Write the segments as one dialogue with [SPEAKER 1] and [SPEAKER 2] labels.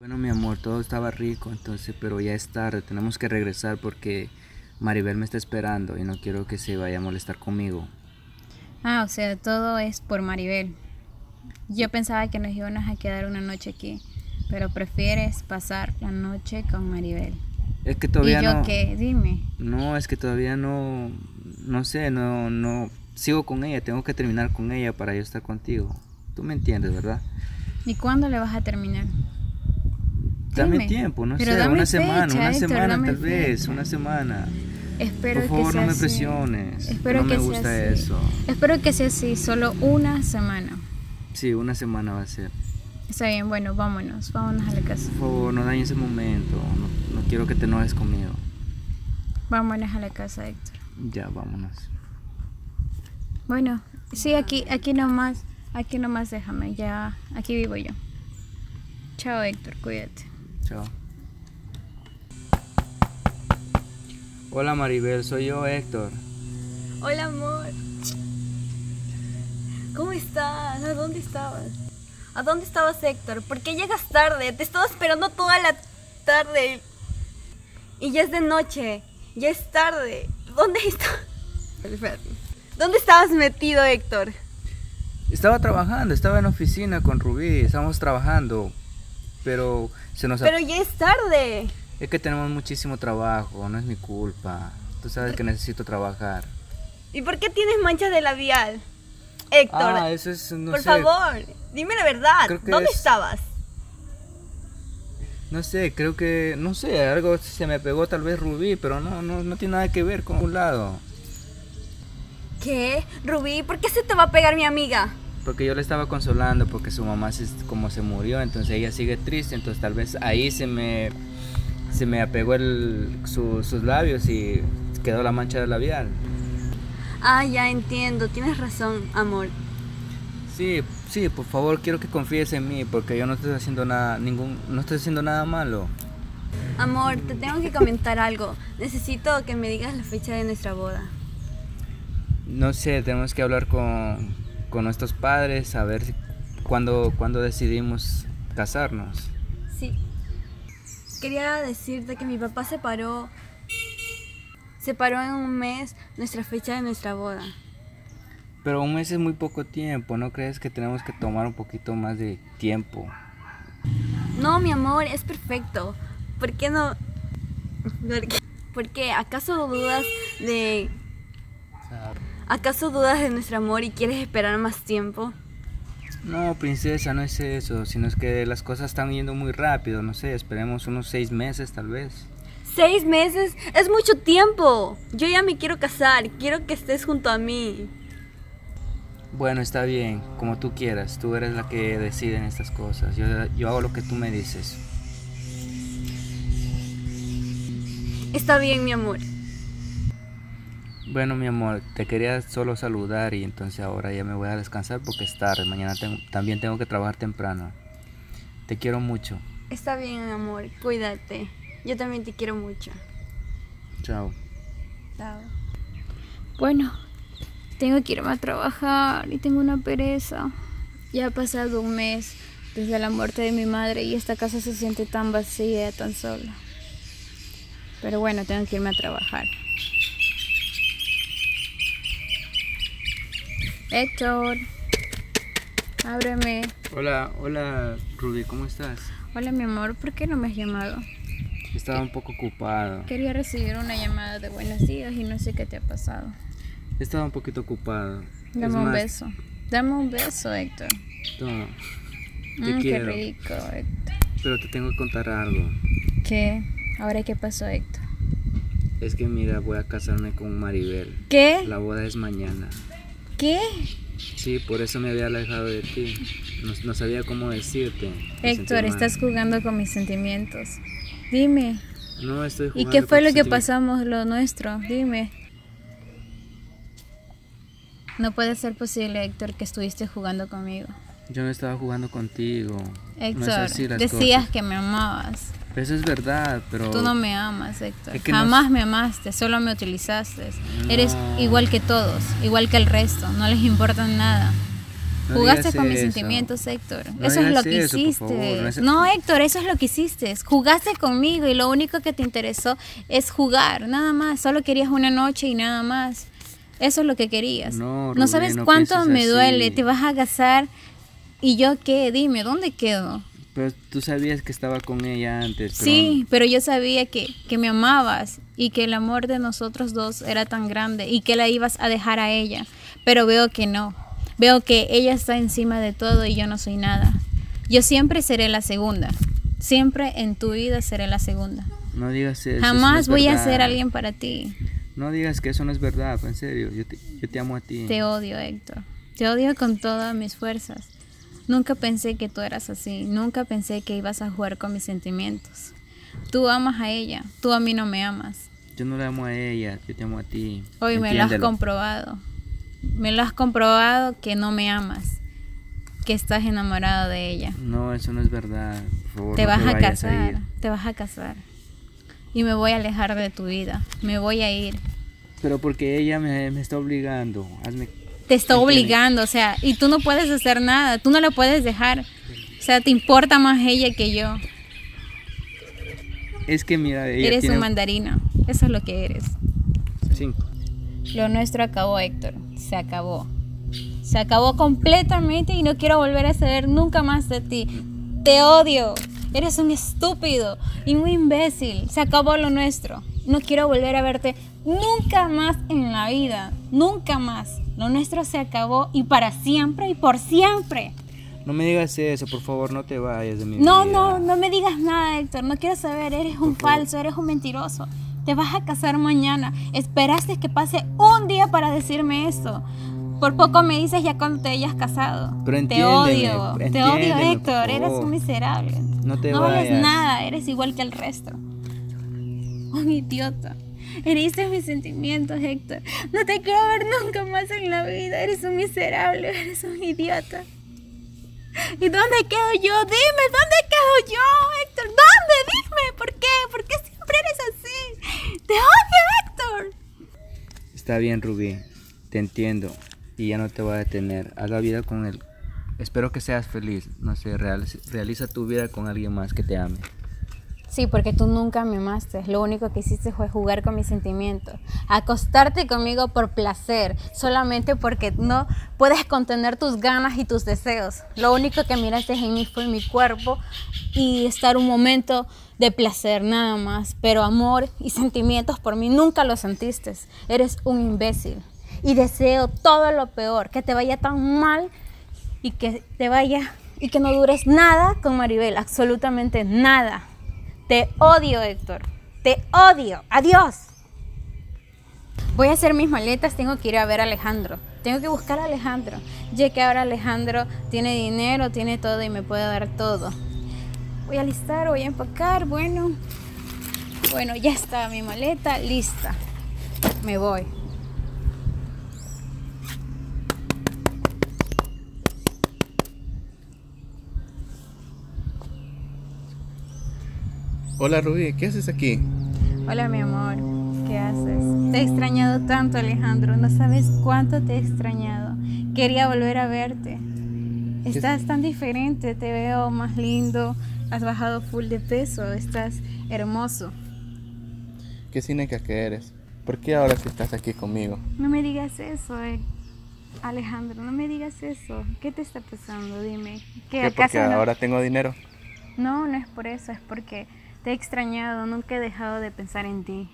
[SPEAKER 1] Bueno, mi amor, todo estaba rico, entonces, pero ya es tarde, tenemos que regresar porque Maribel me está esperando y no quiero que se vaya a molestar conmigo.
[SPEAKER 2] Ah, o sea, todo es por Maribel. Yo pensaba que nos íbamos a quedar una noche aquí, pero prefieres pasar la noche con Maribel.
[SPEAKER 1] Es que todavía
[SPEAKER 2] ¿Y yo
[SPEAKER 1] no.
[SPEAKER 2] qué? Dime.
[SPEAKER 1] No, es que todavía no. No sé, no, no. Sigo con ella, tengo que terminar con ella para yo estar contigo. Tú me entiendes, ¿verdad?
[SPEAKER 2] ¿Y cuándo le vas a terminar?
[SPEAKER 1] Dame
[SPEAKER 2] Dime.
[SPEAKER 1] tiempo, no
[SPEAKER 2] Pero
[SPEAKER 1] sé,
[SPEAKER 2] dame
[SPEAKER 1] una semana,
[SPEAKER 2] fecha,
[SPEAKER 1] una
[SPEAKER 2] Héctor,
[SPEAKER 1] semana
[SPEAKER 2] dame
[SPEAKER 1] tal vez,
[SPEAKER 2] fecha.
[SPEAKER 1] una semana.
[SPEAKER 2] Espero
[SPEAKER 1] Por favor,
[SPEAKER 2] que sea
[SPEAKER 1] no me
[SPEAKER 2] así.
[SPEAKER 1] presiones.
[SPEAKER 2] Espero
[SPEAKER 1] no
[SPEAKER 2] que
[SPEAKER 1] me
[SPEAKER 2] sea
[SPEAKER 1] gusta
[SPEAKER 2] así.
[SPEAKER 1] eso.
[SPEAKER 2] Espero que sea así, solo una semana.
[SPEAKER 1] Sí, una semana va a ser.
[SPEAKER 2] Está bien, bueno, vámonos, vámonos a la casa.
[SPEAKER 1] Por favor, no dañes el momento. No, no quiero que te enojes conmigo.
[SPEAKER 2] Vámonos a la casa, Héctor.
[SPEAKER 1] Ya, vámonos.
[SPEAKER 2] Bueno, sí, aquí, aquí nomás, aquí nomás déjame, ya, aquí vivo yo. Chao, Héctor, cuídate.
[SPEAKER 1] Chao. Hola Maribel, soy yo Héctor.
[SPEAKER 3] Hola amor. ¿Cómo estás? ¿A dónde estabas? ¿A dónde estabas Héctor? ¿Por qué llegas tarde? Te estaba esperando toda la tarde. Y ya es de noche. Ya es tarde. ¿Dónde estabas? ¿Dónde estabas metido Héctor?
[SPEAKER 1] Estaba trabajando, estaba en la oficina con Rubí, estamos trabajando, pero se nos...
[SPEAKER 3] Pero ya es tarde.
[SPEAKER 1] Es que tenemos muchísimo trabajo, no es mi culpa. Tú sabes que necesito trabajar.
[SPEAKER 3] ¿Y por qué tienes manchas de labial? Héctor,
[SPEAKER 1] Ah, eso es, no
[SPEAKER 3] por
[SPEAKER 1] sé,
[SPEAKER 3] favor, dime la verdad.
[SPEAKER 1] Creo que
[SPEAKER 3] ¿Dónde
[SPEAKER 1] es-
[SPEAKER 3] estabas?
[SPEAKER 1] No sé, creo que, no sé, algo se me pegó tal vez Rubí, pero no, no, no tiene nada que ver con un lado.
[SPEAKER 3] ¿Qué? Rubí, ¿por qué se te va a pegar mi amiga?
[SPEAKER 1] Porque yo le estaba consolando porque su mamá se- como se murió, entonces ella sigue triste, entonces tal vez ahí se me se me apegó el, su- sus labios y quedó la mancha del labial.
[SPEAKER 3] Ah, ya entiendo, tienes razón, amor.
[SPEAKER 1] Sí, sí, por favor, quiero que confíes en mí porque yo no estoy haciendo nada ningún no estoy haciendo nada malo.
[SPEAKER 3] Amor, te tengo que comentar algo. Necesito que me digas la fecha de nuestra boda.
[SPEAKER 1] No sé, tenemos que hablar con, con nuestros padres a ver si- cuándo cuándo decidimos casarnos.
[SPEAKER 3] Sí. Quería decirte que mi papá separó separó en un mes nuestra fecha de nuestra boda.
[SPEAKER 1] Pero un mes es muy poco tiempo, ¿no crees que tenemos que tomar un poquito más de tiempo?
[SPEAKER 3] No, mi amor, es perfecto. ¿Por qué no? ¿Por qué? ¿Por qué? ¿Acaso dudas de acaso dudas de nuestro amor y quieres esperar más tiempo?
[SPEAKER 1] No, princesa, no es eso, sino es que las cosas están yendo muy rápido, no sé, esperemos unos seis meses tal vez.
[SPEAKER 3] Seis meses es mucho tiempo. Yo ya me quiero casar. Quiero que estés junto a mí.
[SPEAKER 1] Bueno, está bien, como tú quieras, tú eres la que decide en estas cosas, yo, yo hago lo que tú me dices.
[SPEAKER 3] Está bien, mi amor.
[SPEAKER 1] Bueno, mi amor, te quería solo saludar y entonces ahora ya me voy a descansar porque es tarde, mañana tengo- también tengo que trabajar temprano. Te quiero mucho.
[SPEAKER 3] Está bien, amor. Cuídate. Yo también te quiero mucho.
[SPEAKER 1] Chao.
[SPEAKER 3] Chao.
[SPEAKER 2] Bueno, tengo que irme a trabajar y tengo una pereza. Ya ha pasado un mes desde la muerte de mi madre y esta casa se siente tan vacía, tan sola. Pero bueno, tengo que irme a trabajar. Héctor, ábreme.
[SPEAKER 1] Hola, hola Rudy, ¿cómo estás?
[SPEAKER 2] Hola mi amor, ¿por qué no me has llamado?
[SPEAKER 1] Estaba un poco ocupado.
[SPEAKER 2] Quería recibir una llamada de buenos días y no sé qué te ha pasado.
[SPEAKER 1] Estaba un poquito ocupado.
[SPEAKER 2] Dame
[SPEAKER 1] Es
[SPEAKER 2] un
[SPEAKER 1] más,
[SPEAKER 2] beso. Dame un beso, Héctor.
[SPEAKER 1] toma, te
[SPEAKER 2] Mm, qué
[SPEAKER 1] quiero.
[SPEAKER 2] rico, Héctor.
[SPEAKER 1] Pero te tengo que contar algo.
[SPEAKER 2] ¿Qué? ¿Ahora qué pasó, Héctor?
[SPEAKER 1] Es que mira, voy a casarme con Maribel.
[SPEAKER 2] ¿Qué?
[SPEAKER 1] La boda es mañana.
[SPEAKER 2] ¿Qué?
[SPEAKER 1] Sí, por eso me había alejado de ti. No, no sabía cómo decirte. Me sentía
[SPEAKER 2] Héctor,
[SPEAKER 1] mal.
[SPEAKER 2] estás jugando con mis sentimientos. Dime,
[SPEAKER 1] No, estoy
[SPEAKER 2] ¿y
[SPEAKER 1] jugando
[SPEAKER 2] qué fue
[SPEAKER 1] con
[SPEAKER 2] lo que
[SPEAKER 1] sentimientos.
[SPEAKER 2] pasamos lo nuestro? Dime. No puede ser posible, Héctor, que estuviste jugando conmigo.
[SPEAKER 1] Yo no estaba jugando contigo. no es
[SPEAKER 2] Héctor,
[SPEAKER 1] así las
[SPEAKER 2] decías
[SPEAKER 1] cosas.
[SPEAKER 2] que me amabas.
[SPEAKER 1] Eso es verdad, pero.
[SPEAKER 2] Tú no me amas, Héctor.
[SPEAKER 1] Es que no
[SPEAKER 2] Jamás
[SPEAKER 1] es-
[SPEAKER 2] me amaste, solo me utilizaste.
[SPEAKER 1] No.
[SPEAKER 2] Eres igual que todos, igual que el resto. No les importa nada.
[SPEAKER 1] No
[SPEAKER 2] Jugaste
[SPEAKER 1] digas
[SPEAKER 2] con mis
[SPEAKER 1] eso.
[SPEAKER 2] sentimientos, Héctor.
[SPEAKER 1] No
[SPEAKER 2] eso es lo
[SPEAKER 1] digas
[SPEAKER 2] que
[SPEAKER 1] eso, por
[SPEAKER 2] hiciste.
[SPEAKER 1] favor, no es-
[SPEAKER 2] no, Héctor, eso es lo que hiciste. Jugaste conmigo y lo único que te interesó es jugar, nada más. Solo querías una noche y nada más. Eso es lo que querías.
[SPEAKER 1] No, Rubí,
[SPEAKER 2] sabes
[SPEAKER 1] no
[SPEAKER 2] cuánto
[SPEAKER 1] pienses
[SPEAKER 2] me duele.
[SPEAKER 1] así.
[SPEAKER 2] Te vas a casar y yo qué, dime, ¿dónde quedo?
[SPEAKER 1] Pero tú sabías que estaba con ella antes. pero-
[SPEAKER 2] Sí, pero yo sabía que, que me amabas y que el amor de nosotros dos era tan grande y que la ibas a dejar a ella. Pero veo que no. Veo que ella está encima de todo y yo no soy nada. Yo siempre seré la segunda. Siempre en tu vida seré la segunda.
[SPEAKER 1] No digas eso. eso no
[SPEAKER 2] Jamás
[SPEAKER 1] es
[SPEAKER 2] voy a
[SPEAKER 1] verdad.
[SPEAKER 2] ser alguien para ti.
[SPEAKER 1] No digas que eso no es verdad, en serio. Yo te, yo te amo a ti.
[SPEAKER 2] Te odio, Héctor. Te odio con todas mis fuerzas. Nunca pensé que tú eras así. Nunca pensé que ibas a jugar con mis sentimientos. Tú amas a ella. Tú a mí no me amas.
[SPEAKER 1] Yo no la amo a ella, yo te amo a ti.
[SPEAKER 2] Hoy me lo has
[SPEAKER 1] Entiéndelo.
[SPEAKER 2] comprobado. Me lo has comprobado que no me amas. Que estás enamorado de ella.
[SPEAKER 1] No, eso no es verdad. Por favor,
[SPEAKER 2] te
[SPEAKER 1] no
[SPEAKER 2] vas a
[SPEAKER 1] vayas
[SPEAKER 2] casar.
[SPEAKER 1] ir.
[SPEAKER 2] te vas a casar. Y me voy a alejar de tu vida. Me voy a ir.
[SPEAKER 1] Pero porque ella me, me está obligando. Hazme.
[SPEAKER 2] Te está
[SPEAKER 1] Entiendo.
[SPEAKER 2] obligando, o sea, y tú no puedes hacer nada. Tú no la puedes dejar. O sea, te importa más ella que yo.
[SPEAKER 1] Es que mira, ella
[SPEAKER 2] eres
[SPEAKER 1] tiene
[SPEAKER 2] un mandarina. Eso es lo que eres.
[SPEAKER 1] cinco.
[SPEAKER 2] Lo nuestro acabó, Héctor. Se acabó. Se acabó completamente y no quiero volver a saber nunca más de ti. Te odio. Eres un estúpido y un imbécil. Se acabó lo nuestro. No quiero volver a verte nunca más en la vida. Nunca más. Lo nuestro se acabó y para siempre y por siempre.
[SPEAKER 1] No me digas eso, por favor, no te vayas de mi
[SPEAKER 2] No,
[SPEAKER 1] vida.
[SPEAKER 2] no, no me digas nada, Héctor. No quiero saber. Eres un falso, eres un mentiroso. Te vas a casar mañana. Esperaste que pase un día para decirme eso. Por poco me dices ya cuando te hayas casado.
[SPEAKER 1] Pero
[SPEAKER 2] te
[SPEAKER 1] entiéndeme,
[SPEAKER 2] odio, te odio,
[SPEAKER 1] entiéndeme, por
[SPEAKER 2] Héctor. Eres
[SPEAKER 1] favor.
[SPEAKER 2] un miserable.
[SPEAKER 1] No te
[SPEAKER 2] vales
[SPEAKER 1] vayas.
[SPEAKER 2] nada. Eres igual que el resto. Un idiota. Heriste mis sentimientos, Héctor. No te quiero ver nunca más en la vida. Eres un miserable, eres un idiota. ¿Y dónde quedo yo? Dime, ¿dónde quedo yo, Héctor? ¿Dónde? Dime, ¿por qué? ¿Por qué siempre eres así? Te odio, Héctor.
[SPEAKER 1] Está bien, Rubí. Te entiendo. Y ya no te voy a detener. Haz la vida con él. Espero que seas feliz. No sé, realiza, realiza tu vida con alguien más que te ame.
[SPEAKER 2] Sí, porque tú nunca me amaste. Lo único que hiciste fue jugar con mis sentimientos. Acostarte conmigo por placer, solamente porque no puedes contener tus ganas y tus deseos. Lo único que miraste en mí fue mi cuerpo y estar un momento de placer nada más. Pero amor y sentimientos por mí nunca los sentiste. Eres un imbécil. Y deseo todo lo peor, que te vaya tan mal y que te vaya y que no dures nada con Maribel, absolutamente nada. Te odio, Héctor. Te odio. Adiós. Voy a hacer mis maletas, tengo que ir a ver a Alejandro. Tengo que buscar a Alejandro, ya que ahora Alejandro tiene dinero, tiene todo y me puede dar todo. Voy a listar, voy a empacar, bueno. Bueno, ya está mi maleta lista. Me voy.
[SPEAKER 4] Hola Rubí, ¿qué haces aquí?
[SPEAKER 2] Hola mi amor, ¿qué haces? Te he extrañado tanto Alejandro, no sabes cuánto te he extrañado. Quería volver a verte. Estás tan diferente, te veo más lindo, has bajado full de peso, estás hermoso.
[SPEAKER 4] ¿Qué cineca que eres? ¿Por qué ahora sí estás aquí conmigo?
[SPEAKER 2] No me digas eso, eh, Alejandro, no me digas eso. ¿Qué te está pasando? Dime. ¿Qué,
[SPEAKER 4] ¿Qué,
[SPEAKER 2] acaso
[SPEAKER 4] porque
[SPEAKER 2] no-
[SPEAKER 4] ahora tengo dinero.
[SPEAKER 2] No, no es por eso, es porque te he extrañado, nunca he dejado de pensar en ti.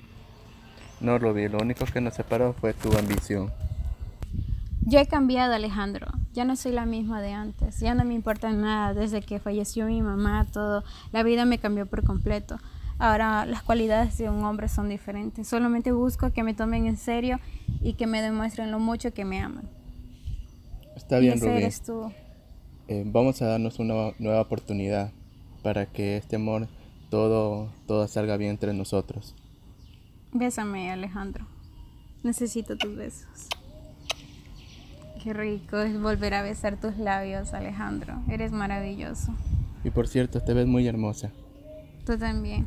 [SPEAKER 4] No, Rubí, lo único que nos separó fue tu ambición.
[SPEAKER 2] Yo he cambiado, Alejandro. Ya no soy la misma de antes. Ya no me importa nada. Desde que falleció mi mamá, todo. La vida me cambió por completo. Ahora las cualidades de un hombre son diferentes. Solamente busco que me tomen en serio y que me demuestren lo mucho que me aman.
[SPEAKER 4] Está
[SPEAKER 2] y
[SPEAKER 4] bien,
[SPEAKER 2] ese
[SPEAKER 4] Rubí.
[SPEAKER 2] eres tú.
[SPEAKER 4] Eh, vamos a darnos una nueva oportunidad para que este amor todo, todo salga bien entre nosotros.
[SPEAKER 2] Bésame, Alejandro. Necesito tus besos. Qué rico es volver a besar tus labios, Alejandro. Eres maravilloso.
[SPEAKER 4] Y por cierto, te ves muy hermosa.
[SPEAKER 2] Tú también.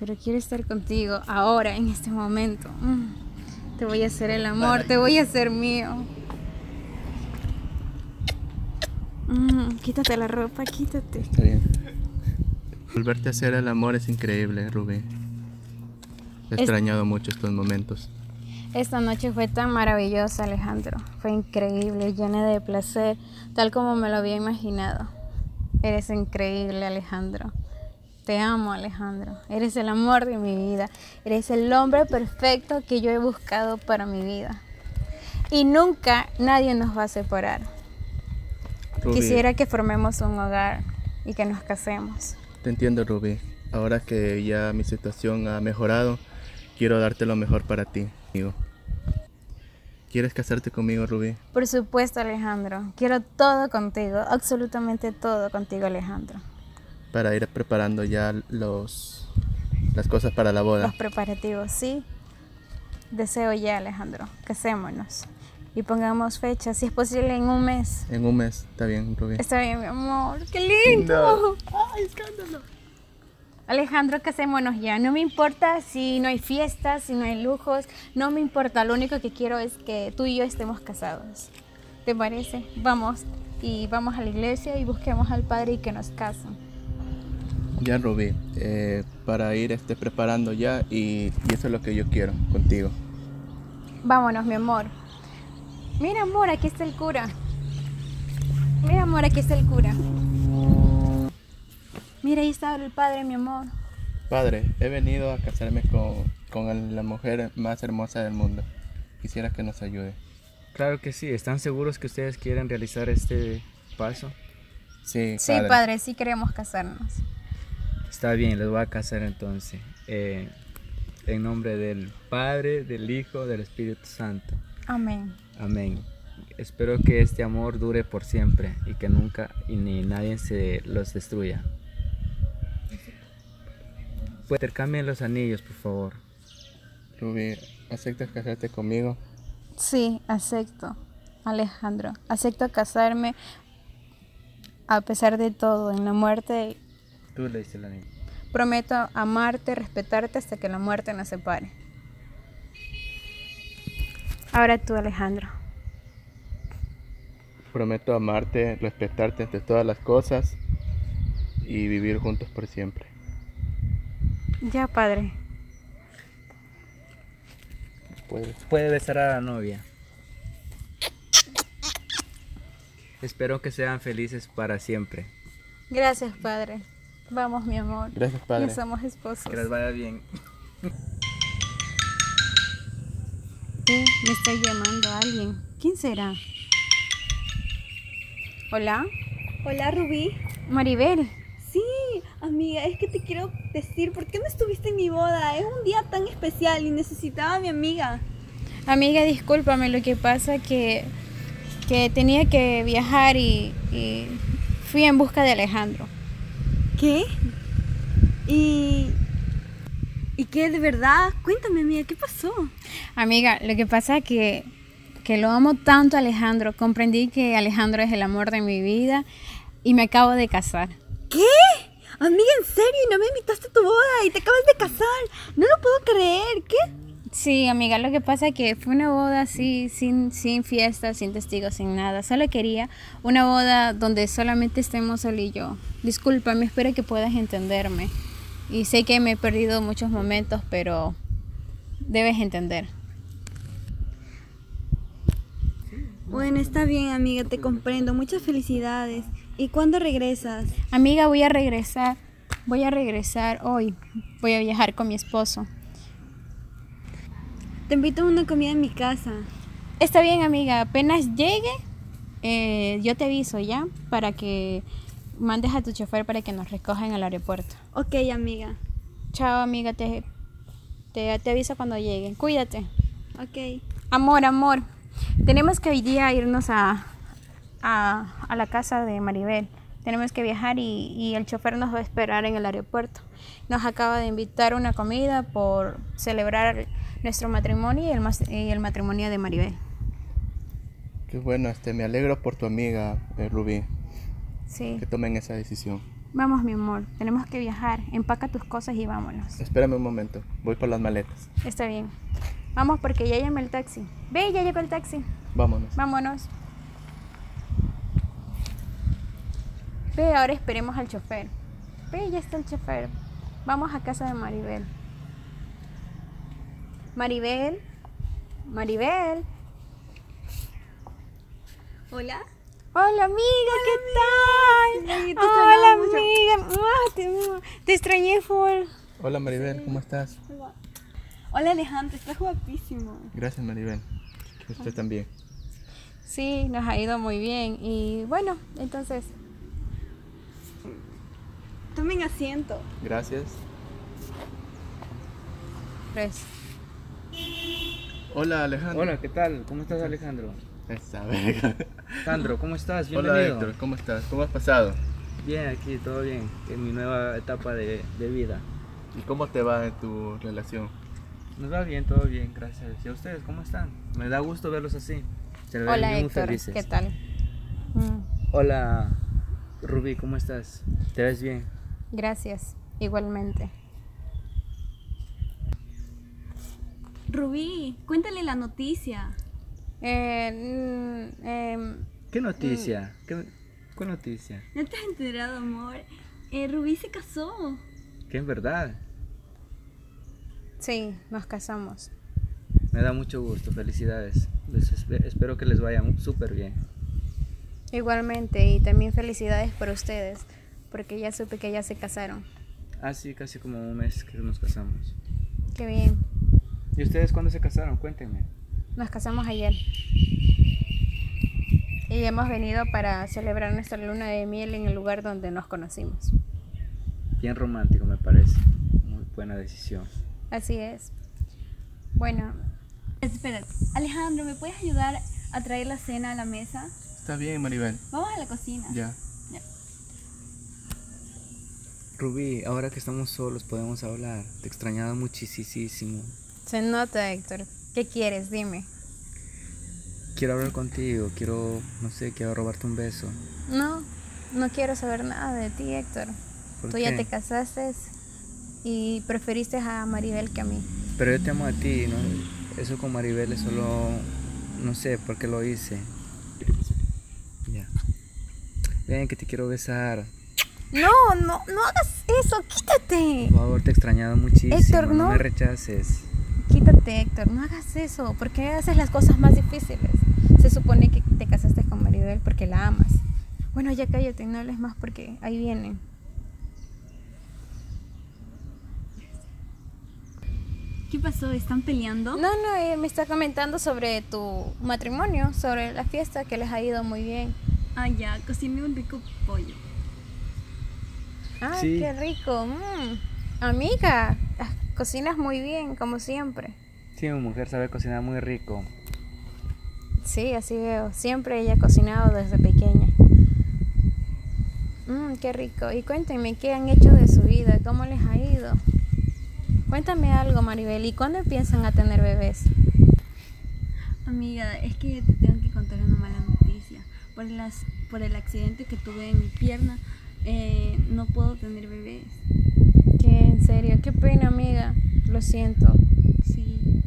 [SPEAKER 2] Pero quiero estar contigo ahora, en este momento. Mm. Te voy a hacer el amor, te voy a hacer mío. Mm, quítate la ropa, quítate.
[SPEAKER 4] Está bien. Volverte a hacer el amor es increíble, Rubí. He
[SPEAKER 2] Es-
[SPEAKER 4] extrañado mucho estos momentos.
[SPEAKER 2] Esta noche fue tan maravillosa, Alejandro. Fue increíble, llena de placer, tal como me lo había imaginado. Eres increíble, Alejandro. Te amo, Alejandro. Eres el amor de mi vida. Eres el hombre perfecto que yo he buscado para mi vida. Y nunca nadie nos va a separar.
[SPEAKER 4] Rubí,
[SPEAKER 2] Quisiera que formemos un hogar y que nos casemos.
[SPEAKER 4] Te entiendo, Rubí. Ahora que ya mi situación ha mejorado, quiero darte lo mejor para ti, amigo. ¿Quieres casarte conmigo, Rubí?
[SPEAKER 2] Por supuesto, Alejandro. Quiero todo contigo, absolutamente todo contigo, Alejandro.
[SPEAKER 4] Para ir preparando ya los las cosas para la
[SPEAKER 2] Los
[SPEAKER 4] boda.
[SPEAKER 2] preparativos, sí. Deseo ya, Alejandro. Casémonos. Y pongamos fecha, si es posible, en un mes.
[SPEAKER 4] En un mes, está bien, Rubí.
[SPEAKER 2] Está bien, mi amor. ¡Qué lindo! ¡Ay, escándalo! Alejandro, casémonos ya. No me importa si no hay fiestas, si no hay lujos. No me importa. Lo único que quiero es que tú y yo estemos casados. ¿Te parece? Vamos. Y vamos a la iglesia y busquemos al padre y que nos casen.
[SPEAKER 4] Ya, Rubí, eh, para ir este, preparando ya y, y eso es lo que yo quiero contigo.
[SPEAKER 2] Vámonos, mi amor. Mira, amor, aquí está el cura. Mira, amor, aquí está el cura. Mira, ahí está el padre, mi amor.
[SPEAKER 4] Padre, he venido a casarme con, con la mujer más hermosa del mundo. Quisiera que nos ayude.
[SPEAKER 1] Claro que sí, ¿están seguros que ustedes quieren realizar este paso?
[SPEAKER 4] Sí,
[SPEAKER 2] Sí, padre, sí queremos casarnos.
[SPEAKER 1] Está bien, les voy a casar entonces. Eh, en nombre del Padre, del Hijo, del Espíritu Santo.
[SPEAKER 2] Amén.
[SPEAKER 1] Amén. Espero que este amor dure por siempre y que nunca y ni nadie se los destruya. Pues intercambien los anillos, por favor.
[SPEAKER 4] Rubí, ¿aceptas casarte conmigo?
[SPEAKER 2] Sí, acepto, Alejandro. Acepto casarme a pesar de todo, en la muerte.
[SPEAKER 1] Tú le diste el anillo.
[SPEAKER 2] Prometo amarte, respetarte hasta que la muerte nos separe. Ahora tú, Alejandro.
[SPEAKER 4] Prometo amarte, respetarte ante todas las cosas y vivir juntos por siempre.
[SPEAKER 2] Ya, padre.
[SPEAKER 4] Puedes.
[SPEAKER 1] Puede besar a la novia. Espero que sean felices para siempre.
[SPEAKER 2] Gracias, padre. Vamos, mi amor.
[SPEAKER 4] Gracias, Padre.
[SPEAKER 2] Ya somos esposos.
[SPEAKER 1] Que les vaya bien.
[SPEAKER 2] Sí, me está llamando alguien. ¿Quién será? Hola,
[SPEAKER 3] Hola, Rubí.
[SPEAKER 2] Maribel.
[SPEAKER 3] Sí, amiga, es que te quiero decir, ¿por qué no estuviste en mi boda? Es un día tan especial y necesitaba a mi amiga.
[SPEAKER 2] Amiga, discúlpame, lo que pasa que que tenía que viajar y, y fui en busca de Alejandro.
[SPEAKER 3] ¿Qué? ¿Y, ¿Y qué de verdad? Cuéntame, amiga, ¿qué pasó?
[SPEAKER 2] Amiga, lo que pasa que que lo amo tanto a Alejandro, comprendí que Alejandro es el amor de mi vida y me acabo de casar.
[SPEAKER 3] ¿Qué? Amiga, en serio, y no me invitaste a tu boda y te acabas de casar. No lo puedo creer, ¿qué?
[SPEAKER 2] Sí, amiga, lo que pasa que fue una boda así, sin, sin fiesta, sin testigos, sin nada. Solo quería una boda donde solamente estemos él y yo. Discúlpame, espero que puedas entenderme. Y sé que me he perdido muchos momentos, pero debes entender.
[SPEAKER 3] Bueno, está bien, amiga, te comprendo. Muchas felicidades. ¿Y cuándo regresas?
[SPEAKER 2] Amiga, voy a regresar. Voy a regresar hoy. Voy a viajar con mi esposo.
[SPEAKER 3] Te invito a una comida en mi casa.
[SPEAKER 2] Está bien, amiga. Apenas llegue, eh, yo te aviso ya para que mandes a tu chofer para que nos recoja en el aeropuerto.
[SPEAKER 3] Ok, amiga.
[SPEAKER 2] Chao, amiga, te, te, te aviso cuando llegue. Cuídate.
[SPEAKER 3] Ok.
[SPEAKER 2] Amor, amor. Tenemos que hoy día irnos a, a, a la casa de Maribel. Tenemos que viajar y, y el chofer nos va a esperar en el aeropuerto. Nos acaba de invitar a una comida por celebrar nuestro matrimonio y el, mas- y el matrimonio de Maribel.
[SPEAKER 4] Qué bueno, este, me alegro por tu amiga, eh, Rubí,
[SPEAKER 2] Sí.
[SPEAKER 4] que tomen esa decisión.
[SPEAKER 2] Vamos, mi amor. Tenemos que viajar. Empaca tus cosas y vámonos.
[SPEAKER 4] Espérame un momento, voy por las maletas.
[SPEAKER 2] Está bien. Vamos porque ya llamé el taxi. Ve, ya llegó el taxi.
[SPEAKER 4] Vámonos.
[SPEAKER 2] Vámonos. Ve, ahora esperemos al chofer. Ve, ya está el chofer. Vamos a casa de Maribel. Maribel, Maribel.
[SPEAKER 3] ¿Hola?
[SPEAKER 2] Hola amiga, ¿qué tal?
[SPEAKER 3] Sí, te
[SPEAKER 2] Hola
[SPEAKER 3] extrañaba mucho.
[SPEAKER 2] amiga, Mua, te, mua. te extrañé full.
[SPEAKER 4] Hola Maribel, ¿cómo estás?
[SPEAKER 3] Hola Alejandro, estás guapísimo.
[SPEAKER 4] Gracias Maribel. Usted también.
[SPEAKER 2] Sí, nos ha ido muy bien y bueno, entonces,
[SPEAKER 3] Tomen asiento.
[SPEAKER 4] Gracias.
[SPEAKER 2] pues,
[SPEAKER 4] Hola Alejandro.
[SPEAKER 1] Hola, ¿qué tal? ¿Cómo estás, Alejandro?
[SPEAKER 4] Esa verga.
[SPEAKER 1] Sandro, ¿cómo estás?
[SPEAKER 4] Hola
[SPEAKER 1] Bienvenido.
[SPEAKER 4] Héctor, ¿cómo estás? ¿Cómo has pasado?
[SPEAKER 1] Bien, aquí todo bien. En mi nueva etapa de, de vida.
[SPEAKER 4] ¿Y cómo te va en tu relación?
[SPEAKER 1] Nos va bien, todo bien, gracias. ¿Y a ustedes cómo están? Me da gusto verlos así. Se ven
[SPEAKER 2] hola
[SPEAKER 1] muy
[SPEAKER 2] Héctor,
[SPEAKER 1] felices.
[SPEAKER 2] ¿qué tal? Mm,
[SPEAKER 1] Hola, Rubí, ¿cómo estás? ¿Te ves bien?
[SPEAKER 2] gracias, igualmente.
[SPEAKER 3] Rubí, cuéntale la noticia.
[SPEAKER 2] Eh, mm, em,
[SPEAKER 1] ¿Qué noticia? ¿Qué, qué noticia?
[SPEAKER 3] ¿No te has enterado, amor? Eh, Rubí se casó.
[SPEAKER 1] Que en verdad
[SPEAKER 2] sí, nos casamos.
[SPEAKER 1] me da mucho gusto. Felicidades. Les espe- espero que les vaya mu- súper bien.
[SPEAKER 2] Igualmente y también felicidades por ustedes, porque ya supe que ya se casaron.
[SPEAKER 1] Así casi como un mes que nos casamos.
[SPEAKER 2] Qué bien,
[SPEAKER 1] ¿Y ustedes cuándo se casaron? Cuéntenme.
[SPEAKER 2] nos casamos ayer. Y hemos venido para celebrar nuestra luna de miel en el lugar donde nos conocimos.
[SPEAKER 1] Bien romántico me parece. Muy buena decisión.
[SPEAKER 2] Así es. Bueno,
[SPEAKER 3] Espera, Alejandro, ¿me puedes ayudar a traer la cena a la mesa?
[SPEAKER 4] Está bien Maribel.
[SPEAKER 3] Vamos a la cocina.
[SPEAKER 4] Ya.
[SPEAKER 1] Rubí, ahora que estamos solos podemos hablar. Te extrañaba muchísimo.
[SPEAKER 2] se nota, Héctor. ¿Qué quieres? Dime.
[SPEAKER 1] Quiero hablar contigo. Quiero, no sé, quiero robarte un beso.
[SPEAKER 2] No, no quiero saber nada de ti, Héctor.
[SPEAKER 1] ¿Por
[SPEAKER 2] Tú ya
[SPEAKER 1] qué?
[SPEAKER 2] te casaste y preferiste a Maribel que a mí.
[SPEAKER 1] Pero yo te amo a ti, ¿no? Eso con Maribel es solo. No sé por qué lo hice. Ya. Ven, que te quiero besar.
[SPEAKER 2] No, no, no hagas eso, quítate.
[SPEAKER 1] Por favor, te he extrañado muchísimo.
[SPEAKER 2] Héctor,
[SPEAKER 1] no
[SPEAKER 2] no.
[SPEAKER 1] me rechaces.
[SPEAKER 2] Quítate, Héctor, no hagas eso. ¿Por qué haces las cosas más difíciles? Se supone que te casaste con Maribel porque la amas. Bueno, ya cállate, no hables más porque ahí vienen.
[SPEAKER 3] ¿Qué pasó? ¿Están peleando?
[SPEAKER 2] No, no, eh, me está comentando sobre tu matrimonio, sobre la fiesta que les ha ido muy bien.
[SPEAKER 3] Ah, ya, cociné un rico pollo.
[SPEAKER 2] Ah,
[SPEAKER 1] Sí.
[SPEAKER 2] qué rico. mm. Amiga, ah, cocinas muy bien, como siempre.
[SPEAKER 1] Sí, mi mujer sabe cocinar muy rico.
[SPEAKER 2] Sí, así veo. Siempre ella ha cocinado desde pequeña. Mm, qué rico. Y cuéntenme qué han hecho de su vida, cómo les ha ido. Cuéntame algo, Maribel. ¿Y cuándo piensan a tener bebés?
[SPEAKER 3] Amiga, es que te tengo que contar una mala noticia. Por, las, por el accidente que tuve en mi pierna, eh, no puedo tener bebés.
[SPEAKER 2] Que en serio, qué pena, amiga. Lo siento.
[SPEAKER 3] Sí.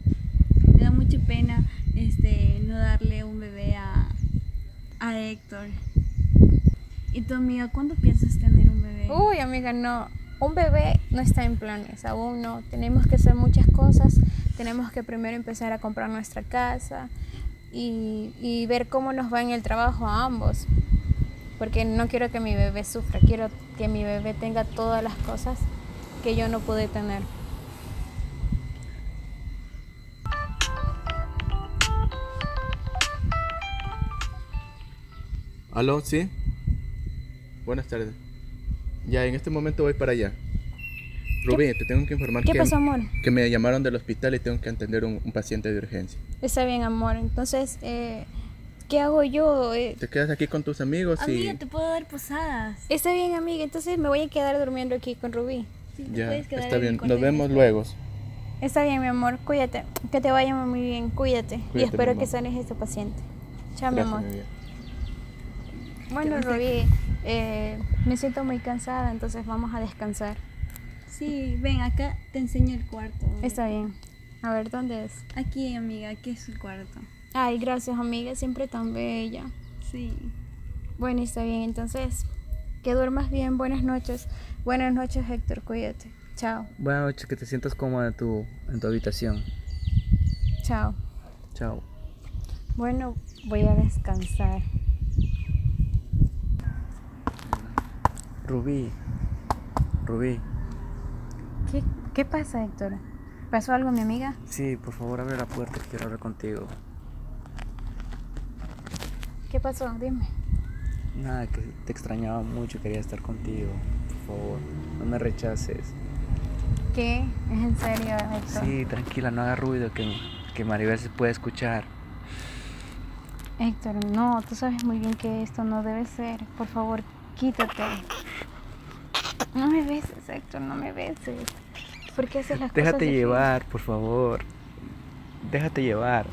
[SPEAKER 3] Me da mucha pena este, no darle un bebé a, a Héctor. ¿Y tu amiga, cuándo piensas tener un bebé?
[SPEAKER 2] Uy, amiga, no. Un bebé no está en planes, aún no. Tenemos que hacer muchas cosas. Tenemos que primero empezar a comprar nuestra casa y, y ver cómo nos va en el trabajo a ambos. Porque no quiero que mi bebé sufra, quiero que mi bebé tenga todas las cosas que yo no pude tener.
[SPEAKER 4] ¿Aló? ¿Sí? Buenas tardes. Ya, en este momento voy para allá. Rubí, te tengo que informar
[SPEAKER 2] ¿Qué
[SPEAKER 4] que,
[SPEAKER 2] pasó, amor?
[SPEAKER 4] que me llamaron del hospital y tengo que atender un, un paciente de urgencia.
[SPEAKER 2] Está bien, amor. Entonces, eh, ¿qué hago yo? Eh,
[SPEAKER 4] Te quedas aquí con tus amigos y...
[SPEAKER 3] Amiga, Ah, te puedo dar posadas.
[SPEAKER 2] está bien, amiga. Entonces me voy a quedar durmiendo aquí con Rubí.
[SPEAKER 3] Sí, te
[SPEAKER 4] Ya,
[SPEAKER 3] puedes quedar
[SPEAKER 4] está
[SPEAKER 3] en mi
[SPEAKER 4] bien.
[SPEAKER 3] cuarto
[SPEAKER 4] Nos
[SPEAKER 3] de
[SPEAKER 4] vemos
[SPEAKER 3] huéspedes.
[SPEAKER 4] luego.
[SPEAKER 2] Está bien, mi amor, cuídate. Que te vaya muy bien, cuídate. y
[SPEAKER 4] Cuídate,
[SPEAKER 2] espero
[SPEAKER 4] mi
[SPEAKER 2] que
[SPEAKER 4] amor.
[SPEAKER 2] sanes este paciente. Chao, mi
[SPEAKER 4] Gracias,
[SPEAKER 2] amor.
[SPEAKER 4] mi vida.
[SPEAKER 2] Bueno, Rubí, eh, me siento muy cansada, entonces vamos a descansar.
[SPEAKER 3] Sí, ven, acá te enseño el cuarto.
[SPEAKER 2] Está bien. A ver, ¿dónde es?
[SPEAKER 3] Aquí, amiga, aquí es el cuarto.
[SPEAKER 2] Ay, gracias, amiga, siempre tan bella.
[SPEAKER 3] Sí.
[SPEAKER 2] Bueno, está bien, entonces Que duermas bien, buenas noches. Buenas noches, Héctor, cuídate. Chao,
[SPEAKER 1] Buenas noches, que te sientas cómoda en tu, en tu habitación.
[SPEAKER 2] chao.
[SPEAKER 1] Chao.
[SPEAKER 2] Bueno, voy a descansar.
[SPEAKER 1] Rubí. Rubí.
[SPEAKER 2] ¿Qué, qué pasa, Héctor? ¿Pasó algo, mi amiga?
[SPEAKER 1] Sí, por favor abre la puerta, quiero hablar contigo.
[SPEAKER 2] ¿Qué pasó? Dime.
[SPEAKER 1] Nada, que te extrañaba mucho, quería estar contigo. Por favor, no me rechaces.
[SPEAKER 2] ¿Qué? ¿Es en serio, Héctor?
[SPEAKER 1] Sí,
[SPEAKER 3] Ah.
[SPEAKER 1] tranquila, no haga ruido, que, que Maribel se puede escuchar.
[SPEAKER 2] Héctor, no, tú sabes muy bien que esto no debe ser. Por favor, quítate. No me beses, Héctor, no me beses. ¿Por qué haces las cosas?
[SPEAKER 1] Déjate
[SPEAKER 2] difíciles?
[SPEAKER 1] llevar, por favor. Déjate llevar.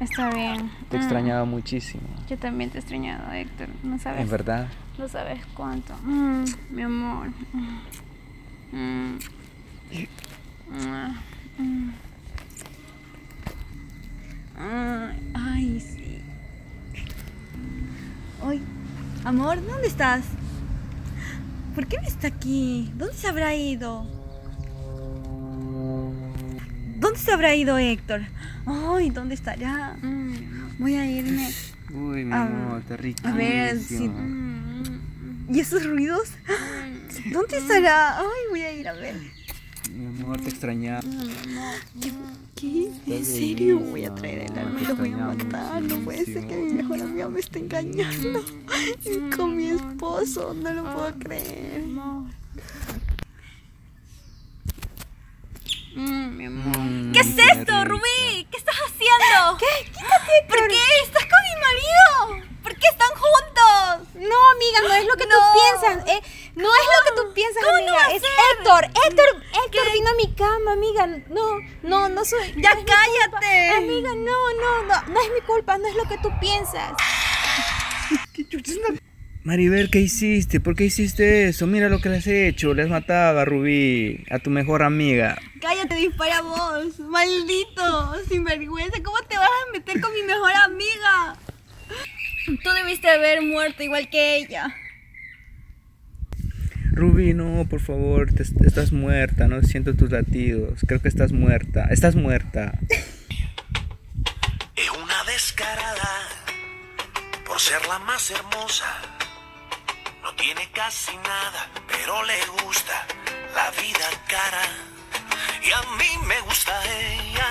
[SPEAKER 2] Está bien.
[SPEAKER 1] Te
[SPEAKER 3] Ah.
[SPEAKER 2] Mm,
[SPEAKER 1] extrañaba muchísimo.
[SPEAKER 2] Yo también te he extrañado, Héctor. No sabes.
[SPEAKER 1] En verdad.
[SPEAKER 2] No sabes cuánto. Mm, mi amor. Mm, mm, mm, mm. Ay, Ay, sí.
[SPEAKER 3] Ay, amor, ¿dónde estás? ¿Por qué no está aquí? ¿Dónde se habrá ido? ¿Dónde se habrá ido Héctor? Ay, ¿dónde estará?
[SPEAKER 2] Mm, mi amor.
[SPEAKER 3] Voy a irme.
[SPEAKER 1] Uy, mi
[SPEAKER 3] Ah,
[SPEAKER 1] amor, está rico.
[SPEAKER 3] a ver, sí.
[SPEAKER 2] Mm, mm,
[SPEAKER 3] ¿Y esos ruidos? ¿Dónde estará? Ay, voy a ir a ver.
[SPEAKER 1] Mi amor, te extrañaba.
[SPEAKER 3] ¿Qué? ¿En
[SPEAKER 1] Estás
[SPEAKER 3] serio?
[SPEAKER 1] bellísima,
[SPEAKER 3] Voy a traer el
[SPEAKER 1] te
[SPEAKER 3] arma y lo voy a
[SPEAKER 1] extrañamos
[SPEAKER 3] matar. No puede ser que mi mejor amigo me esté engañando con mi esposo. No lo
[SPEAKER 5] Ah.
[SPEAKER 3] puedo creer.
[SPEAKER 2] mi amor. Mm, mi amor.
[SPEAKER 3] ¿Qué es esto, Rubí? ¿Qué estás haciendo? ¿Qué? Quítate. ¿Por qué? ¿Estás con mi marido? ¿Por qué están juntos?
[SPEAKER 5] No, amiga, no es lo que tú piensas. eh. no es lo que tú piensas,
[SPEAKER 3] ¿Cómo no
[SPEAKER 5] amiga.
[SPEAKER 3] va a
[SPEAKER 5] es
[SPEAKER 3] ser?
[SPEAKER 5] Héctor. Héctor, Héctor vino a mi cama, amiga. No, no, no soy.
[SPEAKER 3] Ya cállate.
[SPEAKER 5] Amiga, no, no, no. No es mi culpa, no es lo que tú piensas.
[SPEAKER 1] Maribel, ¿qué hiciste? ¿Por qué hiciste eso? Mira lo que le has hecho. Le has matado a Rubí, a tu mejor amiga.
[SPEAKER 3] Cállate, dispara vos. Maldito, sinvergüenza. ¿Cómo te vas a meter con mi mejor amiga? Tú debiste haber muerto igual que ella.
[SPEAKER 1] Rubí, no, por favor, te- estás muerta, no siento tus latidos. Creo que estás muerta. Estás muerta.
[SPEAKER 6] Es una descarada por ser la más hermosa. No tiene casi nada, pero le gusta la vida cara. Y a mí me gusta ella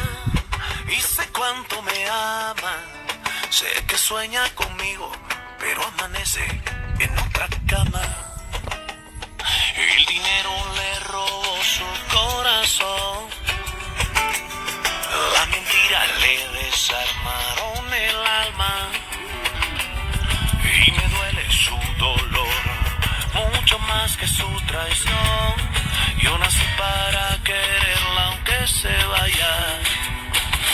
[SPEAKER 6] y sé cuánto me ama. Sé que sueña conmigo, pero amanece en otra cama. El dinero le robó su corazón. La mentira le desarmaron el alma y me duele su dolor mucho más que su traición.